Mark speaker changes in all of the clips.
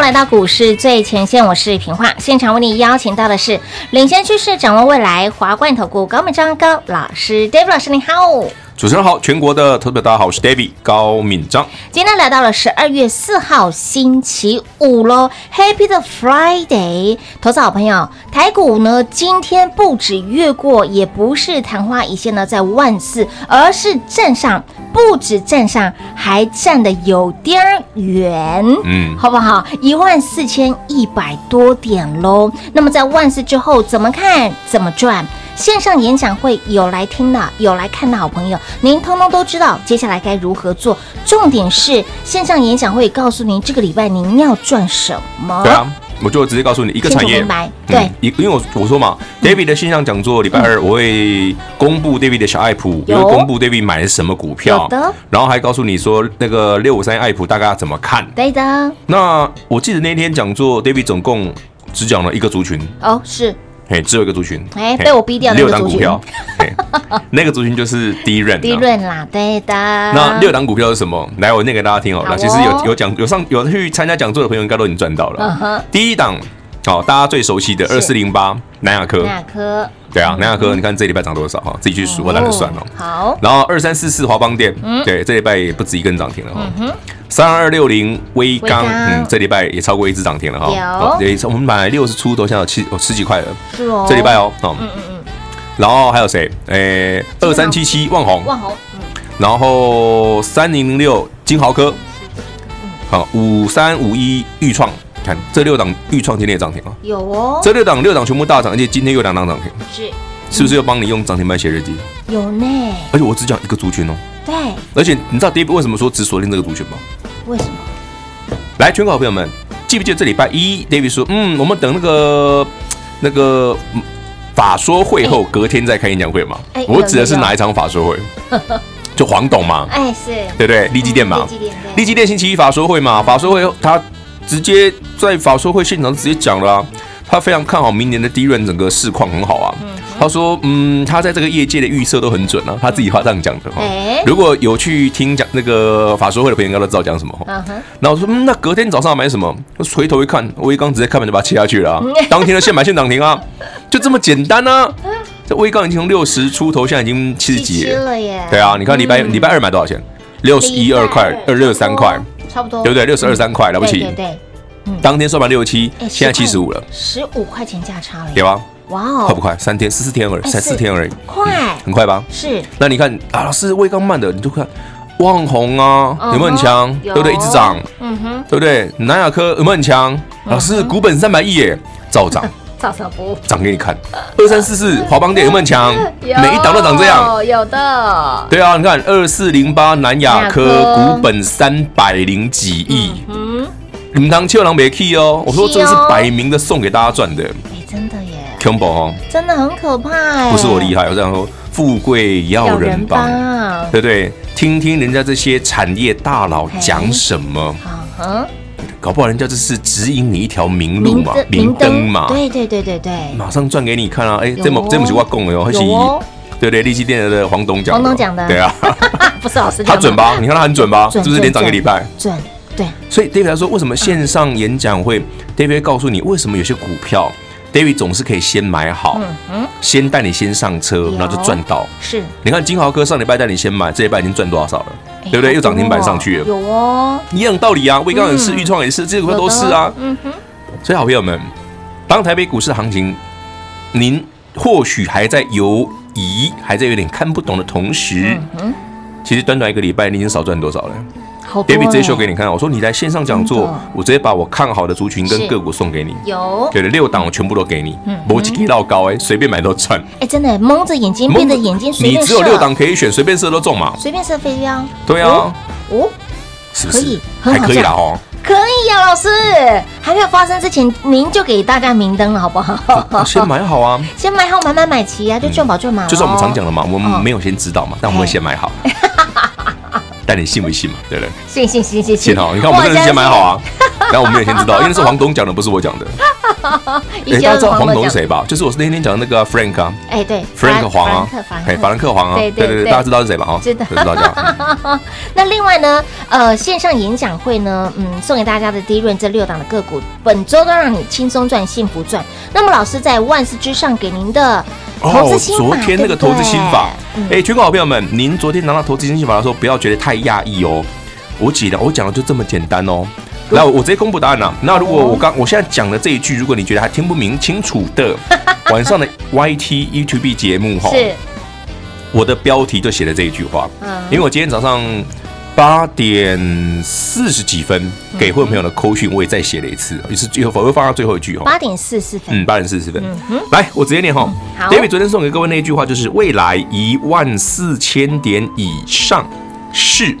Speaker 1: 来到股市最前线，我是平化，现场为你邀请到的是领先趋势、掌握未来华冠投顾高美章高老师，David 老师，你好。
Speaker 2: 主持人好，全国的投资者大家好，我是 David 高敏章。
Speaker 3: 今天来到了十二月四号星期五喽，Happy 的 Friday，投资好朋友，台股呢今天不止越过，也不是昙花一现呢，在万四，而是站上，不止站上，还站的有点儿远。
Speaker 2: 嗯，
Speaker 3: 好不好？一万四千一百多点喽。那么在万四之后怎么看？怎么赚？线上演讲会有来听的，有来看的好朋友，您通通都知道接下来该如何做。重点是线上演讲会告诉您这个礼拜您要赚什么。
Speaker 2: 对啊，我就直接告诉你一个
Speaker 3: 清
Speaker 2: 产
Speaker 3: 楚
Speaker 2: 业
Speaker 3: 明，白。
Speaker 2: 嗯
Speaker 3: 对，，嗯
Speaker 2: 一、因为我我说嘛、d a v i d 的线上讲座礼拜二我会公布 David 的小爱普，也
Speaker 3: 有
Speaker 2: 会公布 David 买了什么股票
Speaker 3: 有的，
Speaker 2: 然后还告诉你说那个六五三爱普大概要怎么看。
Speaker 3: 对的。
Speaker 2: 那我记得那天讲座，David 总共只讲了一个族群，
Speaker 3: 哦，是
Speaker 2: 嘿，只有一个族群，
Speaker 3: 哎
Speaker 2: 嘿
Speaker 3: 被我逼掉那个
Speaker 2: 六档
Speaker 3: 族
Speaker 2: 股
Speaker 3: 群
Speaker 2: 票，嘿，那个族群就是 低润、啊，
Speaker 3: 低润啦，对的。
Speaker 2: 那六档股票是什么？来，我念给大家听好
Speaker 3: 好
Speaker 2: 了。
Speaker 3: 哦
Speaker 2: 其实有有讲有上有去参加讲座的朋友，应该都已经赚到
Speaker 3: 嗯
Speaker 2: 了。
Speaker 3: 哼，
Speaker 2: 第一档，好，大家最熟悉的
Speaker 3: 是
Speaker 2: 二四零八南亚科，
Speaker 3: 那科嗯哦
Speaker 2: 对啊，南亚科，你看这礼拜涨多少哈？自己去数，我懒得算了。哦
Speaker 3: 好，
Speaker 2: 然后二三四四华邦店，
Speaker 3: 嗯
Speaker 2: 对，这礼拜也不止一根涨停了哈。三二六零微
Speaker 3: 微刚
Speaker 2: 刚，嗯，这礼拜也超过一只涨停了哈。
Speaker 3: 有
Speaker 2: 好也我们买六十出头，现在有七哦十几块了，
Speaker 3: 是哦。
Speaker 2: 这礼拜哦，嗯嗯嗯。然后还有谁？诶，二三七七万红，
Speaker 3: 万红，
Speaker 2: 然后三零零六金豪科，好五三五一豫创，看这六档豫创今天也涨停了，
Speaker 3: 有哦，
Speaker 2: 这六档六档全部大涨，而且今天又两档涨停，
Speaker 3: 是
Speaker 2: 是不是又帮你用涨停板写日记？
Speaker 3: 有呢，
Speaker 2: 而且我只讲一个族群哦，
Speaker 3: 对，
Speaker 2: 而且你知道 David 为什么说只锁定这个族群吗？
Speaker 3: 为什么？
Speaker 2: 来，全国好朋友们，记不记得这礼拜一 David 说，嗯，我们等那个那个嗯法说会后隔天再开演讲会嘛
Speaker 3: 哎？
Speaker 2: 我指的是
Speaker 3: 有有有
Speaker 2: 哪一场法说会？ 就黄董嘛，
Speaker 3: 哎，是
Speaker 2: 对不对？立基店嘛
Speaker 3: 立。基店，
Speaker 2: 立
Speaker 3: 基
Speaker 2: 基店星期一法说会嘛，法说会他直接在法说会现场直接讲了啊、他非常看好明年的低润整个市况很好啊。他说，嗯，他在这个业界的预测都很准啊，他自己话这样讲的哈、哦
Speaker 3: 哎
Speaker 2: 如果有去听讲那个法说会的朋友，应该都知道讲什么哈。
Speaker 3: 嗯哼，
Speaker 2: 然后我说，嗯，那隔天早上要买什么？我回头一看，威刚直接开门就把它切下去了、
Speaker 3: 嗯
Speaker 2: 啊，当天的现买现涨停啊，就这么简单啊。这威刚已经从六十出头，现在已经七十几
Speaker 3: 七
Speaker 2: 了。
Speaker 3: 了耶，
Speaker 2: 对啊，你看礼拜
Speaker 3: 嗯
Speaker 2: 礼拜二买多少钱？六十一二块，二六三块，，
Speaker 3: 差不多，
Speaker 2: 对不对？六十二三块，了不起
Speaker 3: 哦对。对哎
Speaker 2: 当天收盘六七
Speaker 3: 对，，
Speaker 2: 现在七十五了，
Speaker 3: 十五块钱价差了耶，
Speaker 2: 有吧？
Speaker 3: 哇哦，
Speaker 2: 快不快？三天，四四天而已，
Speaker 3: 哎
Speaker 2: 才
Speaker 3: 是
Speaker 2: 四天而已，
Speaker 3: 快？
Speaker 2: 很快吧？
Speaker 3: 是
Speaker 2: 那你看啊，老师魏刚慢的，你就看旺红啊，
Speaker 3: 嗯哼
Speaker 2: 有没有很强？
Speaker 3: 有
Speaker 2: 对不对？一直涨，
Speaker 3: 嗯哼，
Speaker 2: 对不对？南亚科有没有很强？老师股本三百亿耶，照涨，
Speaker 3: 嗯 照常不误，
Speaker 2: 涨给你看。二三四四华邦店有没有很强？
Speaker 3: 有
Speaker 2: 每一档都涨这样。，
Speaker 3: 有的，
Speaker 2: 对啊，你看二四零八南亚
Speaker 3: 南亚
Speaker 2: 科
Speaker 3: 科
Speaker 2: 股本三百零几亿，
Speaker 3: 嗯，
Speaker 2: 你们当秋郎别 key 哦，我说这个是摆明的送给大家赚的
Speaker 3: 哎，真的耶，
Speaker 2: combo 哦，
Speaker 3: 真的很可怕哎，
Speaker 2: 不是我厉害，我这样说，富贵要人帮，
Speaker 3: 帮，
Speaker 2: 对不对？听听人家这些产业大佬讲什么，
Speaker 3: 嗯哼，
Speaker 2: 搞不好人家这是指引你一条明路嘛，明灯嘛，
Speaker 3: 对对对对对，
Speaker 2: 马上赚给你看啊！哎，
Speaker 3: 有哦
Speaker 2: 这么这么是我讲的哦，还是
Speaker 3: 有哦
Speaker 2: 对不对？利基店的黄董讲，
Speaker 3: 黄董讲的
Speaker 2: 对啊，
Speaker 3: 不是老师，
Speaker 2: 他准？吧？你看他很准吧？是
Speaker 3: 准
Speaker 2: 不是连
Speaker 3: 准
Speaker 2: 涨一个
Speaker 3: 准
Speaker 2: 礼拜？
Speaker 3: 准，对，
Speaker 2: 所以 David 来说，为什么线上演讲会、David 会告诉你为什么有些股票 David 总是可以先买好，
Speaker 3: 嗯哼，
Speaker 2: 先带你先上车，然后就赚到。
Speaker 3: 是，
Speaker 2: 你看金豪哥上礼拜带你先买，这礼拜已经赚多少少了，对不对？又涨停板上去了，
Speaker 3: 哎有哦，
Speaker 2: 一样道理啊。威刚也是，豫创也是，这些股票都是啊。
Speaker 3: 嗯哼，
Speaker 2: 所以好朋友们，当台北股市行情，您或许还在犹疑，还在有点看不懂的同时，
Speaker 3: 嗯哼，
Speaker 2: 其实短短一个礼拜，你已经少赚多少了？
Speaker 3: 好多
Speaker 2: David 直接
Speaker 3: 哎
Speaker 2: 秀给你看，我说你来线上讲
Speaker 3: 真
Speaker 2: 座
Speaker 3: 的，
Speaker 2: 我直接把我看好的族群
Speaker 3: 是
Speaker 2: 跟个股送给你。
Speaker 3: 有，
Speaker 2: 对的，六档我全部都给你
Speaker 3: 嗯，
Speaker 2: 逻辑绕高哎，随便买都赚。
Speaker 3: 哎，真的蒙着眼睛，闭着眼睛随
Speaker 2: 你
Speaker 3: 便
Speaker 2: 只有六
Speaker 3: 射，
Speaker 2: 档可以选，随便射都中嘛。
Speaker 3: 随便射飞镖，
Speaker 2: 对啊，
Speaker 3: 哦，
Speaker 2: 是不
Speaker 3: 可
Speaker 2: 是
Speaker 3: 以？很
Speaker 2: 还
Speaker 3: 好
Speaker 2: 可以啦
Speaker 3: 像
Speaker 2: 哦，
Speaker 3: 可以啊呀，老师，还没有发生之前，您就给大家明灯了，好 不好？
Speaker 2: 先买好啊。
Speaker 3: 先买好，买买买齐啊，就赚饱赚满。
Speaker 2: 就是我们常讲，的嘛，我
Speaker 3: 哦哦哎
Speaker 2: 们没有先知道嘛，但我们会先买好。 但你信不信嘛？对不对？
Speaker 3: 信信信信信
Speaker 2: 信好，你看我们真的是先买好，啊。但我们没有先 知道，因为那是黄董讲的，不是我讲的。
Speaker 3: 我相信
Speaker 2: 哎大家知道黄
Speaker 3: 以前
Speaker 2: 董
Speaker 3: 有
Speaker 2: 是谁吧？就是我那天讲的那个 Frank 啊。
Speaker 3: 哎，对
Speaker 2: Frank 黄啊
Speaker 3: 法兰，克
Speaker 2: 哎，
Speaker 3: 法
Speaker 2: 法
Speaker 3: 兰
Speaker 2: 兰
Speaker 3: 克。
Speaker 2: 克黄啊，
Speaker 3: 对对对
Speaker 2: 大家知道是谁吧？哈，
Speaker 3: 知道
Speaker 2: 知道 这样。
Speaker 3: 那另外呢，呃，线上演讲会呢，嗯，送给大家的第一润这六档的个股，本周都让你轻松赚、幸福赚。那么老师在万事之上给您的投资心法
Speaker 2: 哦昨天那个投资心法
Speaker 3: 对嗯不，
Speaker 2: 哎、全国好朋友们，您昨天拿到投资心法的时候，不要觉得太讶异哦。我解的，我讲的就这么简单哦。来，我我直接公布答案啦。那如果我刚我现在讲的这一句，如果你觉得还听不明清楚 的，晚上的 YT YouTube 节目哈，
Speaker 3: 是，
Speaker 2: 我的标题就写了这一句话。
Speaker 3: 嗯
Speaker 2: 因为我今天早上八点四十几分
Speaker 3: 嗯
Speaker 2: 给会员朋友的扣讯，我也再写了一次，也是最后我会放到最后一句哦。
Speaker 3: 八点四十分，
Speaker 2: 嗯，八点四十分。来，我直接念哈。
Speaker 3: 好
Speaker 2: David 昨天送给各位那一句话就是：未来一万四千点以上是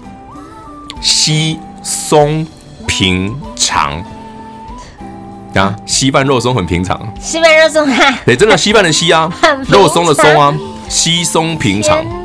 Speaker 2: 稀松平常
Speaker 3: 嗯
Speaker 2: 啊，稀饭肉松很 平常，
Speaker 3: 西班牙中 汉，
Speaker 2: 对，真的稀饭的 稀啊
Speaker 3: 很，平常
Speaker 2: 肉松的松啊，稀松平常。
Speaker 3: 天啊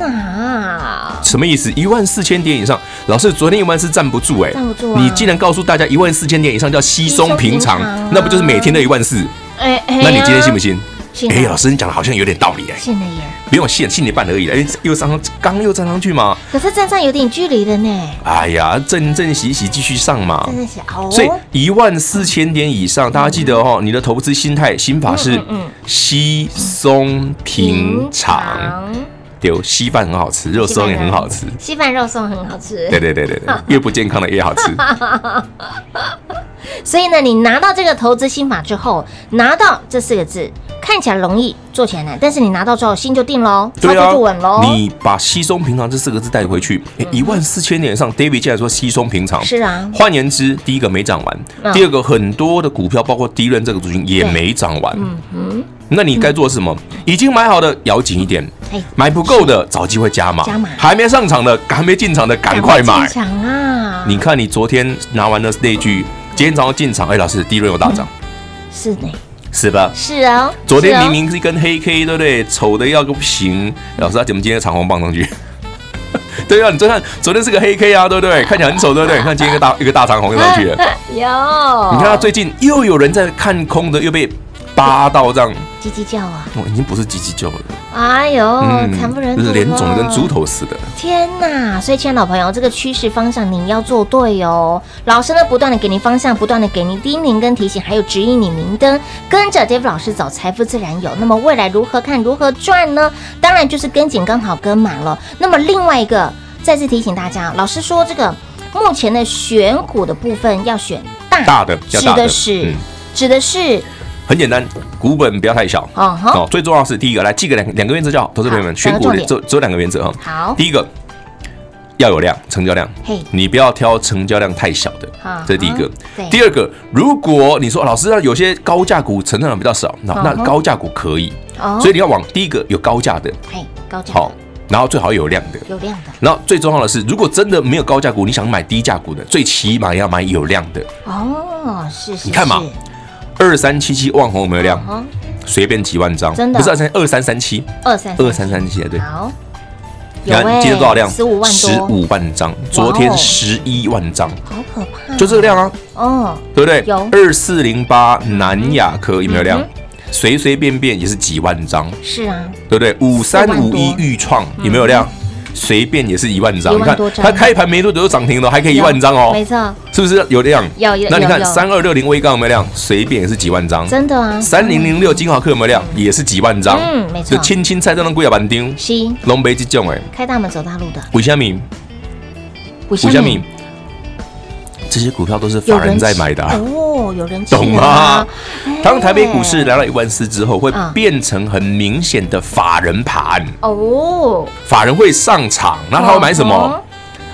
Speaker 3: 哪！
Speaker 2: 什么意思？一万四千点以上，老师昨天一万是站不住哎、
Speaker 3: 站不住啊
Speaker 2: 你竟然告诉大家一万四千点以上叫稀松平常，
Speaker 3: 稀松平常啊
Speaker 2: 那不就是每天都一万四？
Speaker 3: 哎，那
Speaker 2: 那你今天信不？信？
Speaker 3: 信啊
Speaker 2: 哎、老师你讲的好像有点道理哎、
Speaker 3: 信了耶，
Speaker 2: 不用信，信一半而已了，
Speaker 3: 嗯
Speaker 2: 哎，又上刚又站上去嘛，
Speaker 3: 可是站上有点距离了呢，
Speaker 2: 哎呀，正正洗洗继续上嘛
Speaker 3: 站。上写哦，
Speaker 2: 所以一万四千点以上，大家记得哦，你的投资心态心法是
Speaker 3: 嗯嗯
Speaker 2: 稀松平常。对哦，稀饭很好吃，肉松也很好吃。
Speaker 3: 稀饭肉松很好吃。
Speaker 2: 对对对对 对，越不健康的越好吃。啊
Speaker 3: 所以呢，你拿到这个投资心法之后，拿到这四个字看起来容易，做起来难，但是你拿到之后心就定喽，操
Speaker 2: 对
Speaker 3: 作
Speaker 2: 啊
Speaker 3: 就稳喽。，
Speaker 2: 你把稀松平常这四个字带回去，一万四千点上，David 竟然说稀松平常。
Speaker 3: 是啊
Speaker 2: 换言之，第一个没涨
Speaker 3: 嗯
Speaker 2: 完，第二个很多的股票，包括低润这个族群也没涨完。那你该做什么？已经买好的咬紧一点
Speaker 3: 哎，
Speaker 2: 买不够的找机会加码
Speaker 3: 加码，
Speaker 2: 还没上场的、还没进场的赶快买。
Speaker 3: 进场啊！
Speaker 2: 你看，你昨天拿完了那句，今天早上进场，哎，老师，低润
Speaker 3: 嗯
Speaker 2: 有大涨，
Speaker 3: 是呢，
Speaker 2: 是吧？
Speaker 3: 是哦。
Speaker 2: 昨天
Speaker 3: 是哦
Speaker 2: 明明是一根黑 K，对不对？丑的要个不行。老师，他怎么今天长红棒上去？ 对啊，你昨天昨天是个黑 K 啊，对不对？看起来很丑，对不对？你看今天一个大一个大长红上去了。
Speaker 3: 有，
Speaker 2: 你看他最近又有人在看空的，又被扒到这样，
Speaker 3: 叽叽叫啊！
Speaker 2: 我已经不是鸡鸡叫了，嗯
Speaker 3: 哎呦，惨不忍睹了，
Speaker 2: 脸肿的跟猪。头似的。
Speaker 3: 天呐！所以，亲爱的老朋友，这个趋势方向你要做对哦。老师呢，不断的给您方向，不断的给您叮咛跟提醒，还有指引你明灯，跟着 Dave 老师走，财富自然有。那么未来如何看，如何赚呢？当然就是跟紧，刚好跟满了。那么另外一个，再次提醒大家，老师说这个目前的选股的部分要选大
Speaker 2: 大的要
Speaker 3: 指
Speaker 2: 大的
Speaker 3: 的是、
Speaker 2: 嗯
Speaker 3: 指的是
Speaker 2: 很简单，股本不要太小。
Speaker 3: 哦哈、
Speaker 2: 哦，最重要的是第一个，来记个两两个原则就好，投资朋友们
Speaker 3: 好
Speaker 2: 选股
Speaker 3: 两个重
Speaker 2: 的
Speaker 3: 点
Speaker 2: 只有只有两个原则哈。
Speaker 3: 好，
Speaker 2: 第一个要有量，成交量，
Speaker 3: 嘿
Speaker 2: 你不要挑成交量太小的
Speaker 3: 啊，
Speaker 2: 这是第一个
Speaker 3: 对。
Speaker 2: 第二个，如果你说哦老师，那有些高价股成交量比较少，那
Speaker 3: 嗯
Speaker 2: 那
Speaker 3: 哼
Speaker 2: 高价股可以，
Speaker 3: 哦
Speaker 2: 所以你要往第一个有高价的，
Speaker 3: 嘿高价
Speaker 2: 好，然后最好有量的。
Speaker 3: 有量的
Speaker 2: 然后最重要的是，如果真的没有高价股，你想买低价股的，最起码要买有量的。
Speaker 3: 哦，是是，
Speaker 2: 你看嘛
Speaker 3: 是
Speaker 2: 二三七七万红有没有量？
Speaker 3: 嗯
Speaker 2: 随便几万张，
Speaker 3: 真的
Speaker 2: 不是二三二三三七，
Speaker 3: 二三
Speaker 2: 二三三七啊，对。
Speaker 3: 好，欸
Speaker 2: 你看今天多少量？
Speaker 3: 十五万多，哦
Speaker 2: 十五万张。昨天十一万张，
Speaker 3: 好可怕，
Speaker 2: 就这个量啊。
Speaker 3: 哦，
Speaker 2: 对不对？
Speaker 3: 有嗯
Speaker 2: 二四零八南亚科有没有量？随随便便也是几万张，
Speaker 3: 是啊，
Speaker 2: 对不对？五三
Speaker 3: 万
Speaker 2: 五
Speaker 3: 多嗯
Speaker 2: 一裕创有没有量？随便也是一万张，
Speaker 3: 一
Speaker 2: 你
Speaker 3: 万
Speaker 2: 看
Speaker 3: 多张
Speaker 2: 它开盘没多久就涨停了，还可以一万张哦
Speaker 3: 没，错，
Speaker 2: 是不是有量？
Speaker 3: 有有
Speaker 2: 那你
Speaker 3: 有
Speaker 2: 看
Speaker 3: 有
Speaker 2: 三二六零微刚有没有量？随便也是几万张。
Speaker 3: 真的啊，
Speaker 2: 三零零六金豪克有没有量？也是几万张。
Speaker 3: 嗯没错
Speaker 2: 就青青菜都能贵啊板丁，
Speaker 3: 西
Speaker 2: 龙北这种哎，
Speaker 3: 开大门走大路的，
Speaker 2: 为什么？
Speaker 3: 五
Speaker 2: 为什么？这些股票都是
Speaker 3: 有
Speaker 2: 法
Speaker 3: 人
Speaker 2: 人在
Speaker 3: 吃
Speaker 2: 买的啊。
Speaker 3: 哦，有人吃
Speaker 2: 懂啊吗？
Speaker 3: 哎
Speaker 2: 当台北股市来到一万四之后，会
Speaker 3: 嗯
Speaker 2: 变成很明显的法人盘，
Speaker 3: 哦，
Speaker 2: 法人会上场，那他会买什么？
Speaker 3: 嗯？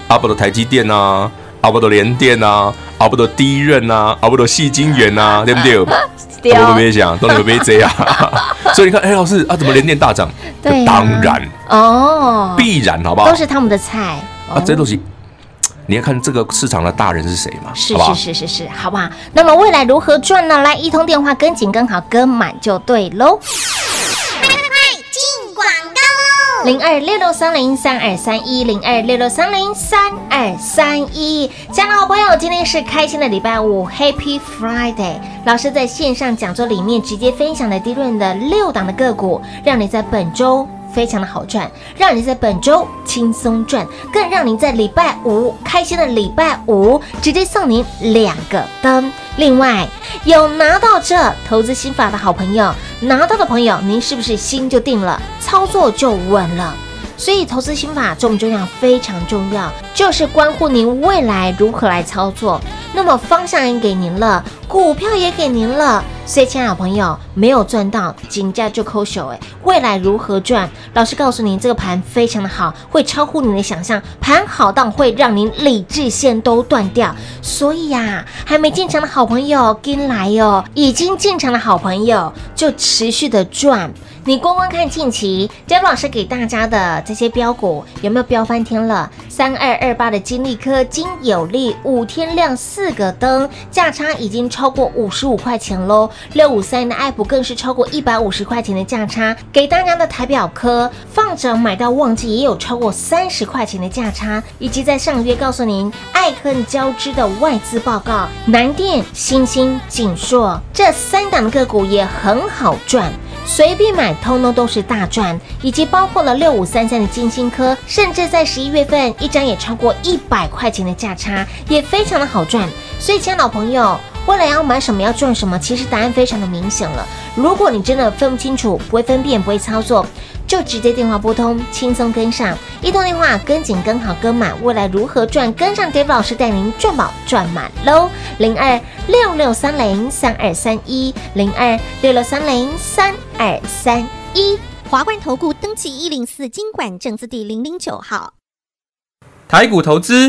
Speaker 2: 阿波罗台积电啊，阿波罗联电啊，阿波罗第一任啊，阿波罗细晶元啊，对不对？
Speaker 3: 对
Speaker 2: 啊我都没想，都你没这 样。所以你看，哎，老师啊，怎么联电大涨？
Speaker 3: 对啊
Speaker 2: 当然，
Speaker 3: 哦，
Speaker 2: 必然，好不好
Speaker 3: 都？是他们的菜
Speaker 2: 啊，这
Speaker 3: 哦
Speaker 2: 东西，你要看这个市场的大人是谁嘛，
Speaker 3: 是
Speaker 2: 好不好？
Speaker 3: 哦是是是是，好不好？那么未来如何赚呢？来一通电话跟紧跟好跟满就对喽。零二六六三零三二三一零二六六三零三二三一，家人好朋友，今天是开心的礼拜五，Happy Friday。老师在线上讲座里面直接分享了低润的六档的个股，让你在本周非常的好赚，让你在本周轻松赚，更让你在礼拜五开心的礼拜五直接送您两个灯。另外，有拿到这投资心法的好朋友，拿到的朋友，您是不是心就定了，操作就稳了？所以投资心法重不重要？非常重要，就是关乎您未来如何来操作。那么方向也给您了，股票也给您了，所以亲爱的朋友，没有赚到，紧价就抠手哎。未来如何赚？老师告诉您，这个盘非常的好，会超乎你的想象，盘好到会让您理智线都断掉。所以呀、还没进场的好朋友跟来哦，已经进场的好朋友就持续的赚。你光光看近期，姜老师给大家的这些标股有没有飙翻天了？三二二八的金利科、金有利，五天亮四个灯，价差已经超过五十五块钱喽。六五三的爱普更是超过一百五十块钱的价差，给大家的台表科放着买到旺季也有超过三十块钱的价差，以及在上个月告诉您爱恨交织的外资报告，南电、新兴、锦硕这三档个股也很好赚。随便买，通通都是大赚，以及包括了六五三三的金星科，甚至在十一月份一张也超过一百块钱的价差，也非常的好赚。所以，亲爱的老朋友，未来要买什么，要赚什么，其实答案非常的明显了。如果你真的分不清楚，不会分辨，不会操作，就直接电话拨通，轻松跟上。一通电话跟紧、跟好、跟满，未来如何赚，跟上 Dave 老师带您赚饱、赚满喽！零二六六三零三二三一，零二六六三零三二三一。
Speaker 4: 华冠投顾登记一零四经管证字第零零九号。
Speaker 5: 台股投资，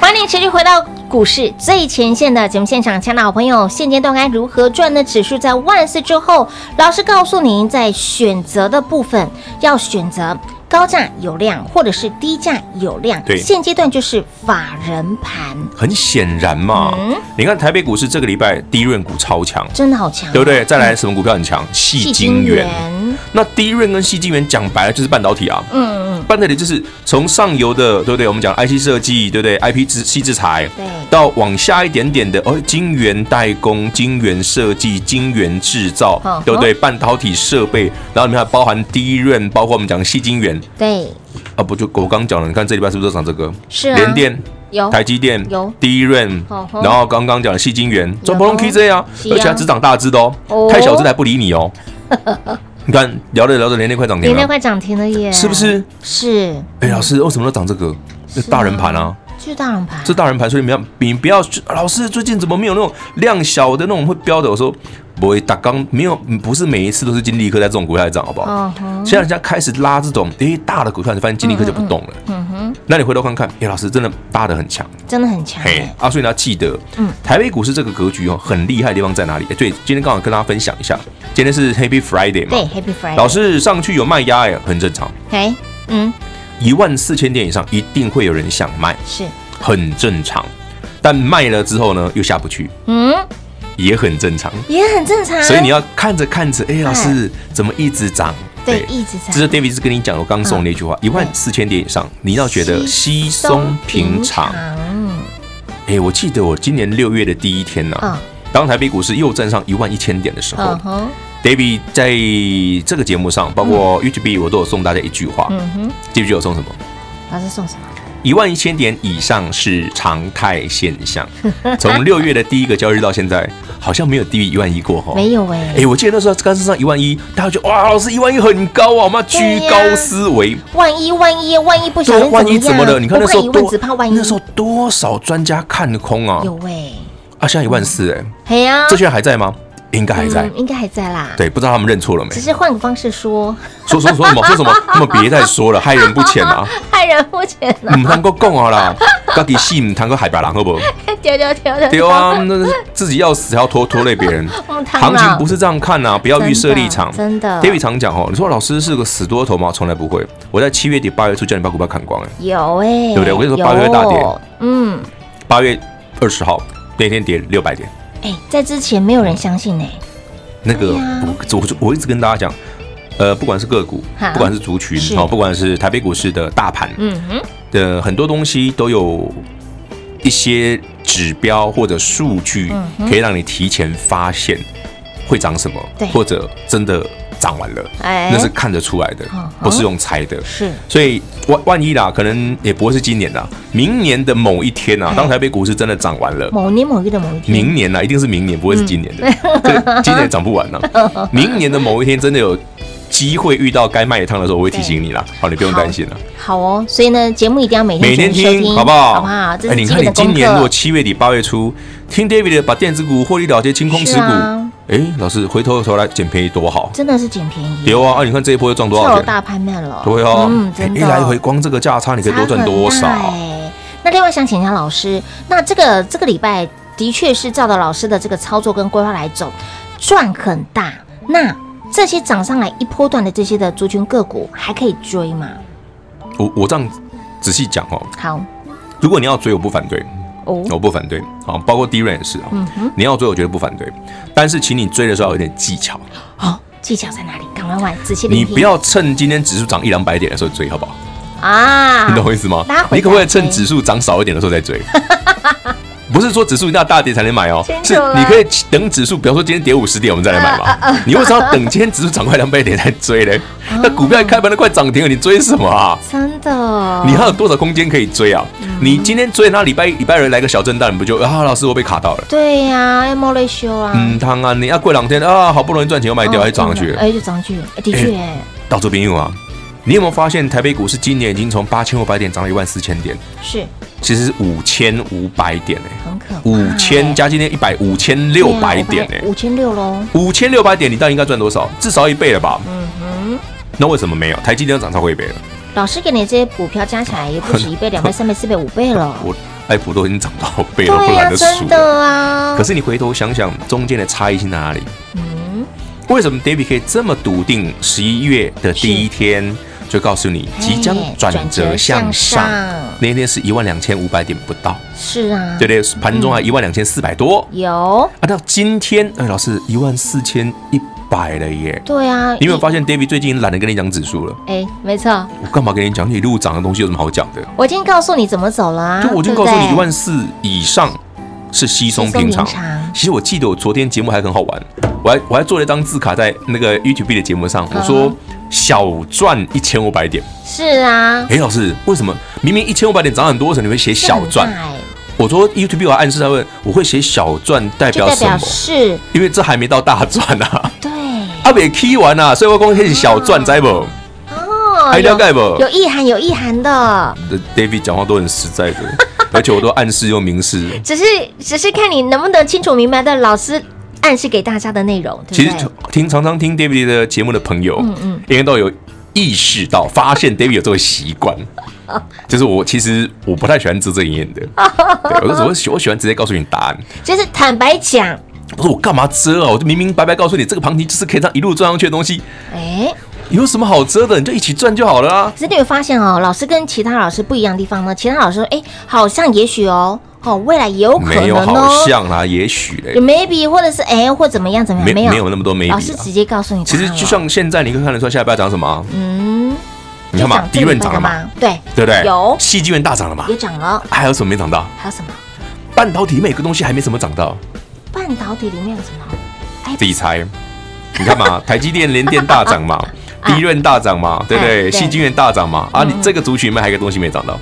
Speaker 3: 欢迎你持续回到股市最前线的节目现场，亲爱的好朋友，现阶段该如何赚呢？指数在万四之后，老师告诉您，在选择的部分要选择高价有量，或者是低价有量。
Speaker 2: 对
Speaker 3: 现阶段就是法人盘，
Speaker 2: 很显然嘛
Speaker 3: 嗯，
Speaker 2: 你看台北股市这个礼拜低润股超强，
Speaker 3: 真的好强，
Speaker 2: 对不对？再来什么股票很强？细晶元。
Speaker 3: 元
Speaker 2: 那低润跟细晶元讲白了就是半导体啊，
Speaker 3: 嗯嗯，
Speaker 2: 半导体就是从上游的，对不对？我们讲 IC 设计，对不对？IP 制细制裁，
Speaker 3: 对
Speaker 2: 到往下一点点的哦，晶圆代工、晶圆设计、晶圆制造
Speaker 3: 好，
Speaker 2: 对不对？半导体设备，然后里面还包含低润，包括我们讲细晶圆
Speaker 3: 对，
Speaker 2: 啊，不就我刚讲了？你看这礼拜是不是都涨这个？
Speaker 3: 是啊，
Speaker 2: 联电。
Speaker 3: 有
Speaker 2: 台积电
Speaker 3: 有
Speaker 2: 第一润
Speaker 3: 哦，吼
Speaker 2: 然后刚刚讲的细晶圆，
Speaker 3: 有
Speaker 2: 中鹏 K J 啊，
Speaker 3: 是啊
Speaker 2: 而且还只涨大只的
Speaker 3: 哦
Speaker 2: 哦，太小只的还不理你 哦。你看聊着聊着，连电快涨停
Speaker 3: 联电
Speaker 2: 了，
Speaker 3: 快涨停了啊耶，
Speaker 2: 是不？是？
Speaker 3: 是，
Speaker 2: 哎，老师为什么都涨这个？这大人盘啊，
Speaker 3: 是大人盘，
Speaker 2: 这大人盘，所以你们要你不要去。老师最近怎么没有那种量小的那种会标的？我说不会，打刚没有，不是每一次都是金立科在这种股票在涨，好不好？
Speaker 3: 哦哼，
Speaker 2: 现在人家开始拉这种诶大的股票，你发现金立科就不动了。
Speaker 3: 嗯哼，
Speaker 2: 那你回头看看，哎，老师真的大的很强。
Speaker 3: 真的很强哎，
Speaker 2: 嘿，啊，所以你要记得，
Speaker 3: 嗯
Speaker 2: 台北股市这个格局哦，很厉害的地方在哪里？哎对，今天刚好跟大家分享一下，今天是 Happy
Speaker 3: 对
Speaker 2: Friday 嘛，
Speaker 3: ，Happy Friday，
Speaker 2: 老师上去有卖压哎，很正常，
Speaker 3: 哎，嗯，
Speaker 2: 一万四千点以上一定会有人想卖，
Speaker 3: 是，
Speaker 2: 很正常。但卖了之后呢，又下不去，
Speaker 3: 嗯，
Speaker 2: 也很正常。
Speaker 3: 也很正常。啊
Speaker 2: 所以你要看着看着，哎，老师怎么一直涨？
Speaker 3: 嗯对一直涨，
Speaker 2: 这
Speaker 3: 嗯
Speaker 2: 是 David 是跟你讲，我刚送那句话，一万四千点以上，你要觉得稀松平常。哎，我记得我今年六月的第一天呢、
Speaker 3: 嗯
Speaker 2: 当台北股市又站上一万一千点的时候、
Speaker 3: 嗯哼，
Speaker 2: d a v i d 在这个节目上，包括 YouTube，我都有送大家一句话。
Speaker 3: 嗯哼，
Speaker 2: 记不记得我送什么？
Speaker 3: 老师送什么？
Speaker 2: 一万一千点以上是常态现 象。从六月的第一个交易日到现在，好像没有低于一万一过哈。
Speaker 3: 没有
Speaker 2: 哎、
Speaker 3: 哎，
Speaker 2: 我记得那时候刚升上一万一，大家就哇，老师一万一很高啊，我们要居高思危。
Speaker 3: 万一万一万一不哎小
Speaker 2: 对啊
Speaker 3: 心
Speaker 2: 万一怎么
Speaker 3: 样
Speaker 2: 了？你看那时候
Speaker 3: 不怕一万，
Speaker 2: 多
Speaker 3: 只怕万一。
Speaker 2: 那时候多少专家看空啊？
Speaker 3: 有哎，
Speaker 2: 啊，啊，现在一万四哎，
Speaker 3: 嘿呀，
Speaker 2: 这些人还在吗？应该还在
Speaker 3: 嗯，应该还在啦，
Speaker 2: 对，不知道他们认错了没
Speaker 3: 只？是换个方式说，
Speaker 2: 说说说什么说什么？他们别再说了，害人不浅啊！
Speaker 3: 害人不浅 啊，
Speaker 2: 唔能够讲啊啦，家己死唔能够啊害别人，好不好？
Speaker 3: 丢丢丢丢，
Speaker 2: 对啊， 那那自己要死还要拖拖累别人。
Speaker 3: 嗯，汤
Speaker 2: 行
Speaker 3: 了
Speaker 2: 情不是这样看呐、啊不要预设立场。
Speaker 3: 真的真
Speaker 2: David
Speaker 3: 的
Speaker 2: 常讲哦，你说老师是个死多头吗？从来不会。我在七月底八月初叫你把股票砍光，哎，
Speaker 3: 有哎，
Speaker 2: 对不对我跟你说
Speaker 3: 有
Speaker 2: 八月大跌，
Speaker 3: 嗯，
Speaker 2: 八月二十号那天跌六百点，
Speaker 3: 哎，在之前没有人相信哎，
Speaker 2: 那个
Speaker 3: 对呀
Speaker 2: 我我我一直跟大家讲，呃，不管是个股
Speaker 3: 哈，
Speaker 2: 不管是族群
Speaker 3: 是
Speaker 2: 哦，不管是台北股市的大盘
Speaker 3: 嗯哼，
Speaker 2: 的很多东西都有一些指标或者数据
Speaker 3: 嗯哼
Speaker 2: 可以让你提前发现会涨什么
Speaker 3: 对，
Speaker 2: 或者真的涨完了，
Speaker 3: 哎
Speaker 2: 那是看得出来的
Speaker 3: 嗯，
Speaker 2: 不是用猜的。
Speaker 3: 是
Speaker 2: 所以万万一啦，可能也不会是今年啦，明年的某一天啊
Speaker 3: 哎，
Speaker 2: 当台北股市真的涨完了。
Speaker 3: 某年某月的某一天，
Speaker 2: 明年啦，啊一定是明年，不会是今年的。
Speaker 3: 嗯
Speaker 2: 这个今年涨不 完了，明年的某一天真的有机会遇到该卖一趟的时候，我会提醒你啦。好，你不用担心了，
Speaker 3: 好哦，所以呢，节目一定要每天
Speaker 2: 每天
Speaker 3: 准时收
Speaker 2: 听好不好？
Speaker 3: 好不好？这是
Speaker 2: 哎你
Speaker 3: 基
Speaker 2: 看
Speaker 3: 本
Speaker 2: 你
Speaker 3: 的
Speaker 2: 今
Speaker 3: 功
Speaker 2: 年如果
Speaker 3: 课。
Speaker 2: 七月底八月初听 David 的把电子股获利了结，清空持
Speaker 3: 是
Speaker 2: 股
Speaker 3: 啊，
Speaker 2: 哎，老师回头头来捡便宜多好。
Speaker 3: 真的是捡便宜，
Speaker 2: 有啊，啊你看这一波又赚多
Speaker 3: 跳
Speaker 2: 少
Speaker 3: 楼
Speaker 2: 钱？
Speaker 3: 大拍卖了，
Speaker 2: 对啊
Speaker 3: 嗯，，
Speaker 2: 哎
Speaker 3: 真的，
Speaker 2: 一来一回光这个价差，你可以多赚多
Speaker 3: 差很
Speaker 2: 少
Speaker 3: 大？欸那另外想请教老师，那这个这个礼拜的确是照着老师的这个操作跟规划来走，赚很大。那这些涨上来一波段的这些的族群个股还可以追吗？
Speaker 2: 我哦我这样仔细讲哦，
Speaker 3: 好
Speaker 2: 如果你要追，我不反对，
Speaker 3: 哦，
Speaker 2: 我不反对。好，包括 D 润也是啊，
Speaker 3: 嗯哼，
Speaker 2: 你要追，我绝对不反对。但是，请你追的时候要有点技巧，
Speaker 3: 好，技巧在哪里？赶快玩，仔细聆
Speaker 2: 你
Speaker 3: 听。
Speaker 2: 不要趁今天指数涨一两百点的时候追，好不好？
Speaker 3: 啊，
Speaker 2: 你懂我意思吗
Speaker 3: 拉？回哎
Speaker 2: 你可不可以
Speaker 3: 再追
Speaker 2: 趁指数涨少一点的时候再追？ 不是说指数一定要大跌才能买哦
Speaker 3: 清，楚
Speaker 2: 是
Speaker 3: 了呃
Speaker 2: 你可以等指数，比方说今天跌五十点，我们再来买嘛。你为什么要等今天指数涨快两百点才追呢？
Speaker 3: 哦
Speaker 2: 那股票一开盘都快涨停了，你追什么啊？
Speaker 3: 真的，
Speaker 2: 你还有多少空间可以追啊？
Speaker 3: 嗯
Speaker 2: 你今天追，那礼拜一礼拜二来个小震荡，你不就啊？老师，我被卡到了。
Speaker 3: 对呀，要冒内修啊，
Speaker 2: 嗯，汤啊，你要过两天啊，好不容易赚钱又卖
Speaker 3: 嗯，
Speaker 2: 掉，还涨上去
Speaker 3: 真
Speaker 2: 了
Speaker 3: 的。哎，就涨上去了，哎的确，哎
Speaker 2: 到这边用啊，你有没有发现台北股市今年已经从八千五百点涨到一万四千点，
Speaker 3: 是
Speaker 2: 其实五千五百点哎、
Speaker 3: 很可怕，
Speaker 2: 五千加今天一百，五千六百点哎、
Speaker 3: 嗯五千六喽，
Speaker 2: 五千六百点，你到底应该赚多少？至少一倍了吧？嗯哼。那为什么没有？台积电涨超过一倍了，
Speaker 3: 老师给你这些股票加起来也不止一倍、两倍、三倍、四倍、五倍了。
Speaker 2: 我爱普都已经涨到倍
Speaker 3: 对
Speaker 2: 了，不
Speaker 3: 呀、
Speaker 2: 懒得数
Speaker 3: 真的
Speaker 2: 了。
Speaker 3: 啊
Speaker 2: 可。是你回头想想，中间的差异性在哪里？
Speaker 3: 嗯，
Speaker 2: 为什么 David 可以这么笃定？十一月的第一天就告诉你即将转折向上
Speaker 3: 转折向上，
Speaker 2: 那一天是一万两千五百点不到，
Speaker 3: 是啊，
Speaker 2: 对不对？盘中还一万两千四百多，
Speaker 3: 有，
Speaker 2: 啊，到今天，哎，老师一万四千一百了耶！
Speaker 3: 对啊。
Speaker 2: 你有没有发现 David 最近懒得跟你讲指数了？
Speaker 3: 哎，没错，
Speaker 2: 我干嘛跟你讲？你一路涨的东西有什么好讲的？
Speaker 3: 我已经告诉你怎么走了啊。
Speaker 2: 就我就
Speaker 3: 对不
Speaker 2: 告诉你，
Speaker 3: 啊对
Speaker 2: 一万四以上是稀松平常
Speaker 3: 稀松平常。
Speaker 2: 其实我记得我昨天节目还很好玩，我还我还做了一张字卡在那个 YouTube 的节目上，
Speaker 3: 嗯
Speaker 2: 我说小赚一千五百点。
Speaker 3: 是啊，
Speaker 2: 哎，老师，为什么明明一千五百点涨很多，为什么你会写小赚
Speaker 3: 这？很大哎
Speaker 2: 我说 YouTube 我还暗示他问，我会写小赚代
Speaker 3: 就
Speaker 2: 表
Speaker 3: 代
Speaker 2: 什
Speaker 3: 表
Speaker 2: 么？
Speaker 3: 是，
Speaker 2: 因为这还没到大赚啊，
Speaker 3: 对
Speaker 2: 阿北 key 完啊，所以我公开始小赚，知不？
Speaker 3: 哦，
Speaker 2: 还了解不？
Speaker 3: 有意涵，有意涵的，
Speaker 2: 呃 David 讲话都很实在的， 而且我都暗示又明示。
Speaker 3: 只是只是看你能不能清楚明白的老师暗示给大家的内容，
Speaker 2: 其
Speaker 3: 对
Speaker 2: 实
Speaker 3: 不对？
Speaker 2: 听常常听 David 的节目的朋友，
Speaker 3: 嗯嗯
Speaker 2: 应该都有意识到，发现 David 有这个习惯，就是我其实我不太喜欢遮遮掩掩 的，对，我说我喜我喜欢直接告诉你答案。
Speaker 3: 就是坦白讲，
Speaker 2: 我说我干嘛遮啊？我就明明白白告诉你，这个行情就是可以这样一路赚上去的东西，
Speaker 3: 哎，
Speaker 2: 有什么好遮的？你就一起赚就好了啊。
Speaker 3: 可是你有发现哦，老师跟其他老师不一样的地方呢？其他老师说，哎，好像也许哦，哦，未来也有可
Speaker 2: 没有
Speaker 3: 能
Speaker 2: 好
Speaker 3: 哦，
Speaker 2: 像啦，也许嘞
Speaker 3: 有，maybe 或者是哎或怎么样怎么样，
Speaker 2: 没
Speaker 3: 没有，哦
Speaker 2: 没有那么多
Speaker 3: 老
Speaker 2: maybe
Speaker 3: 师
Speaker 2: 啊
Speaker 3: 直。接告诉你答
Speaker 2: 其
Speaker 3: 案了，
Speaker 2: 实就像现在，你可以看得出来下一拜要涨什么啊？
Speaker 3: 嗯，
Speaker 2: 你看嘛，
Speaker 3: 就
Speaker 2: 低润涨了嘛，
Speaker 3: 嘛，对，
Speaker 2: 对不对？
Speaker 3: 有
Speaker 2: 戏剧院大涨了嘛
Speaker 3: 也？涨了，
Speaker 2: 还有什么没涨到？
Speaker 3: 还有什么
Speaker 2: 半导体每个东西还没什么涨到，
Speaker 3: 半导体里面有什么？哎
Speaker 2: 自己猜。你看 嘛，台积电、联电大涨嘛，低润大涨嘛，对不
Speaker 3: 啊哎对
Speaker 2: 对？细晶圆大涨嘛，啊，
Speaker 3: 嗯
Speaker 2: 你这个族群里面还有一个东西没涨到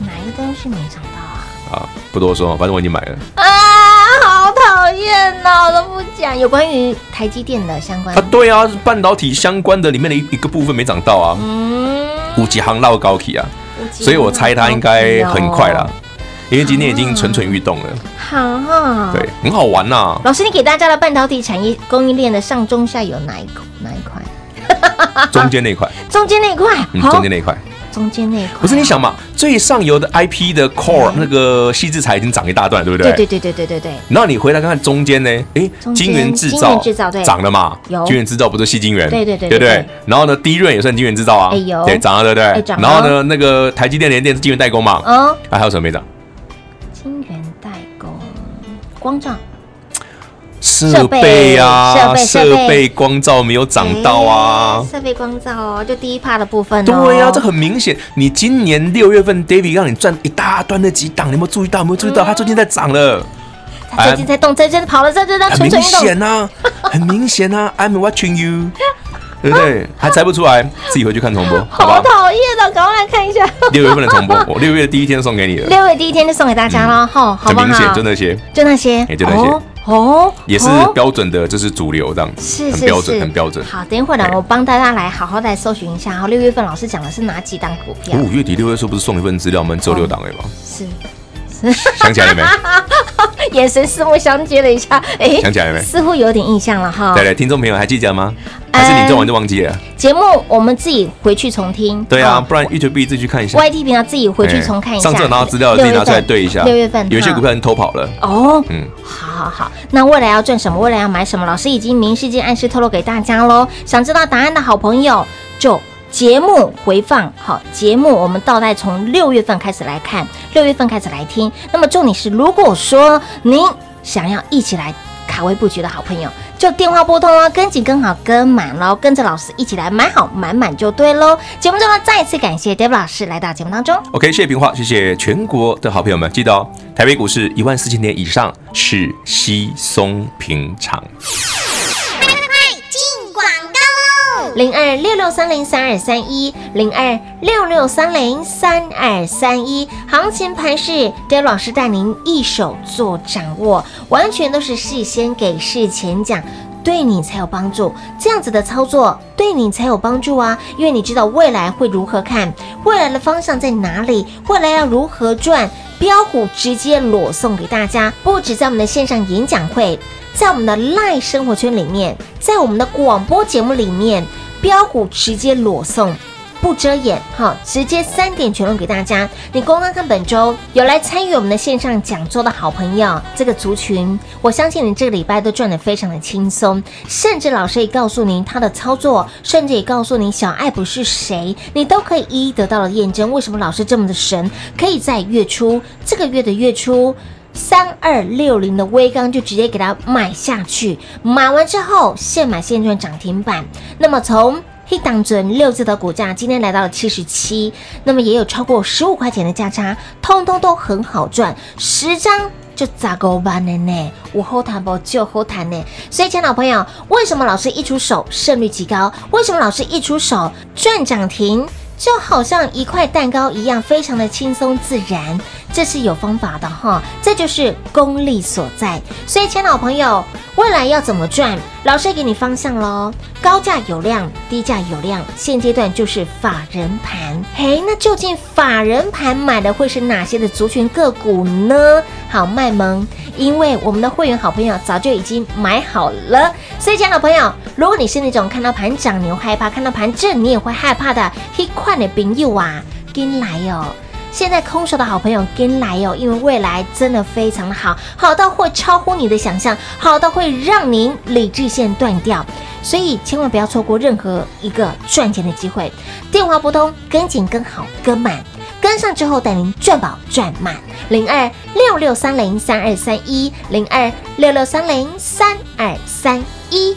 Speaker 3: 哪一个东西没涨到啊？
Speaker 2: 啊，不多说，反正我已经买了。
Speaker 3: 啊，好讨厌哦，我都不讲有关于台积电的相关
Speaker 2: 啊，，对啊，半导体相关的里面的一一个部分没涨到啊，
Speaker 3: 嗯，
Speaker 2: 五级行绕高起啊，
Speaker 3: 我记得
Speaker 2: 所以我猜它应该很快
Speaker 3: 好
Speaker 2: 啦
Speaker 3: 高级哦。
Speaker 2: 因为今天已经蠢蠢欲动了，
Speaker 3: 好，
Speaker 2: 对，很好 玩呐。
Speaker 3: 老师，你给大家的半导体产业供应链的上中下游哪一块？哪一块？
Speaker 2: 中间那一块，
Speaker 3: 中间那一块，
Speaker 2: 嗯，
Speaker 3: 好
Speaker 2: 中间那一块，
Speaker 3: 中间那一块，
Speaker 2: 不是你想嘛，最上游的 IP 的 core 那个细制材已经涨一大段，对
Speaker 3: 嗯
Speaker 2: 不
Speaker 3: 对对
Speaker 2: 对？
Speaker 3: 对对对对对，
Speaker 2: 然后你回来看看中间呢，诶，
Speaker 3: 中间
Speaker 2: 晶圆制
Speaker 3: 晶
Speaker 2: 造
Speaker 3: 圆制造对
Speaker 2: 涨了嘛？
Speaker 3: 有
Speaker 2: 晶圆制造不是细晶圆，
Speaker 3: 对对对
Speaker 2: 对不
Speaker 3: 对
Speaker 2: 对？然后呢，低润也算晶圆制造啊
Speaker 3: 哎有，
Speaker 2: 对，涨了对不
Speaker 3: 哎
Speaker 2: 对
Speaker 3: 涨？了
Speaker 2: 然后呢，那个台积电、联电是晶圆代工嘛？
Speaker 3: 嗯，
Speaker 2: 啊，还有什么没涨？
Speaker 3: 晶圆代工，光照，
Speaker 2: 设备
Speaker 3: 设
Speaker 2: 啊，
Speaker 3: 备设备
Speaker 2: 设备光照没有涨到啊
Speaker 3: 哎。设备光照哦，就第一 part 的部分哦，
Speaker 2: 对呀、这很明显。你今年六月份，David 让你赚一大段那几档，你有没有注意到？有没有注意到？它最近在涨了，
Speaker 3: 嗯
Speaker 2: 哎
Speaker 3: 他最近在动，最近在跑了，这这在蠢
Speaker 2: 很哎明
Speaker 3: 蠢欲动，
Speaker 2: 显呐、很明显呐、i m watching you，对不 对？还猜不出来，自己回去看重播，好
Speaker 3: 好
Speaker 2: 吧？
Speaker 3: 讨厌哦，赶快来看一下。
Speaker 2: 六月份的重播，我六月第一天送给你了，
Speaker 3: 六月第一天就送给大家了，吼，好
Speaker 2: 嗯很
Speaker 3: 不好？
Speaker 2: 明显，就那些，
Speaker 3: 就那些，
Speaker 2: 哎就那些
Speaker 3: 哦哦，
Speaker 2: 也是
Speaker 3: 哦
Speaker 2: 标准的，就是主流这样
Speaker 3: 是是
Speaker 2: 子，很标准，
Speaker 3: 是
Speaker 2: 很标准。
Speaker 3: 好，等一会儿呢，
Speaker 2: 哎
Speaker 3: 我帮大家来好好来搜寻一下。哈，六月份老师讲的是哪几档股票？
Speaker 2: 我五月底六月初不是送一份资料吗？只有六档而已 吗？
Speaker 3: 是，
Speaker 2: 想起来了没？
Speaker 3: 眼神四目相接了一下，哎，
Speaker 2: 想起来了没
Speaker 3: 似乎有点印象了哈
Speaker 2: 对。对，听众朋友还记得吗？还是你做完就忘记了？
Speaker 3: 节目我们自己回去重听。
Speaker 2: 对啊，
Speaker 3: 哦
Speaker 2: 不然 YouTube 自己去看一下。
Speaker 3: ，YT 频道自己回去重看一下。
Speaker 2: 上次有拿到资料，自己拿出来对一下。
Speaker 3: 六月份
Speaker 2: 有一些
Speaker 3: 哈
Speaker 2: 股票人偷跑了，
Speaker 3: 哦，
Speaker 2: 嗯，
Speaker 3: 好好好，那未来要赚什么？未来要买什么？老师已经明示间暗示透露给大家喽。想知道答案的好朋友，就节目回放好，节目我们倒带从六月份开始来看，六月份开始来听。那么重点是，如果说您想要一起来卡位布局的好朋友，就电话拨通喽，跟紧跟好跟满喽，跟着老师一起来买好买满就对喽。节目中呢，再次感谢 Dave 老师来到节目当中。
Speaker 2: OK，谢谢平话，谢谢全国的好朋友们。记得哦，台北股市一万四千点以上是稀松平常。
Speaker 6: 进广告喽！
Speaker 3: 零二六六三零三二三一，零二六六三零三二三一。行情盘势，Dave 老师带您一手做掌握，完全都是事先给事前讲。对你才有帮助，这样子的操作对你才有帮助啊！因为你知道未来会如何看，未来的方向在哪里，未来要如何赚，标股直接裸送给大家。不止在我们的线上演讲会，在我们的赖生活圈里面，在我们的广播节目里面，标股直接裸送。不遮掩，哈，直接三点全露给大家。你光看看本周有来参与我们的线上讲座的好朋友，这个族群，我相信你这个礼拜都赚得非常的轻松，甚至老师也告诉您他的操作，甚至也告诉您小爱不是谁，你都可以一一得到了验证。为什么老师这么的神，可以在月初这个月的月初？三二六零的微钢就直接给它买下去，买完之后现买现赚涨停板。那么从一档准六字的股价，今天来到了七十七，那么也有超过十五块钱的价差，通通都很好赚，十张。就砸勾班的呢，我后谈不就后谈呢。所以，亲爱的朋友，为什么老师一出手胜率极高？为什么老师一出手赚涨停？就好像一块蛋糕一样，非常的轻松自然，这是有方法的哈，这就是功力所在。所以，亲爱的朋友，未来要怎么赚，老师给你方向喽。高价有量，低价有量，现阶段就是法人盘。嘿，那究竟法人盘买的会是哪些的族群个股呢？好，卖萌，因为我们的会员好朋友早就已经买好了。所以，亲爱的朋友，如果你是那种看到盘涨你又害怕，看到盘震你也会害怕的，黑款的朋友啊，跟来哟、哦。现在空手的好朋友跟来哦，因为未来真的非常的好，好到会超乎你的想象，好到会让您理智线断掉，所以千万不要错过任何一个赚钱的机会。电话拨通，跟紧跟好跟满，跟上之后带您赚饱赚满。零二六六三零三二三一零二六六三零三二三一。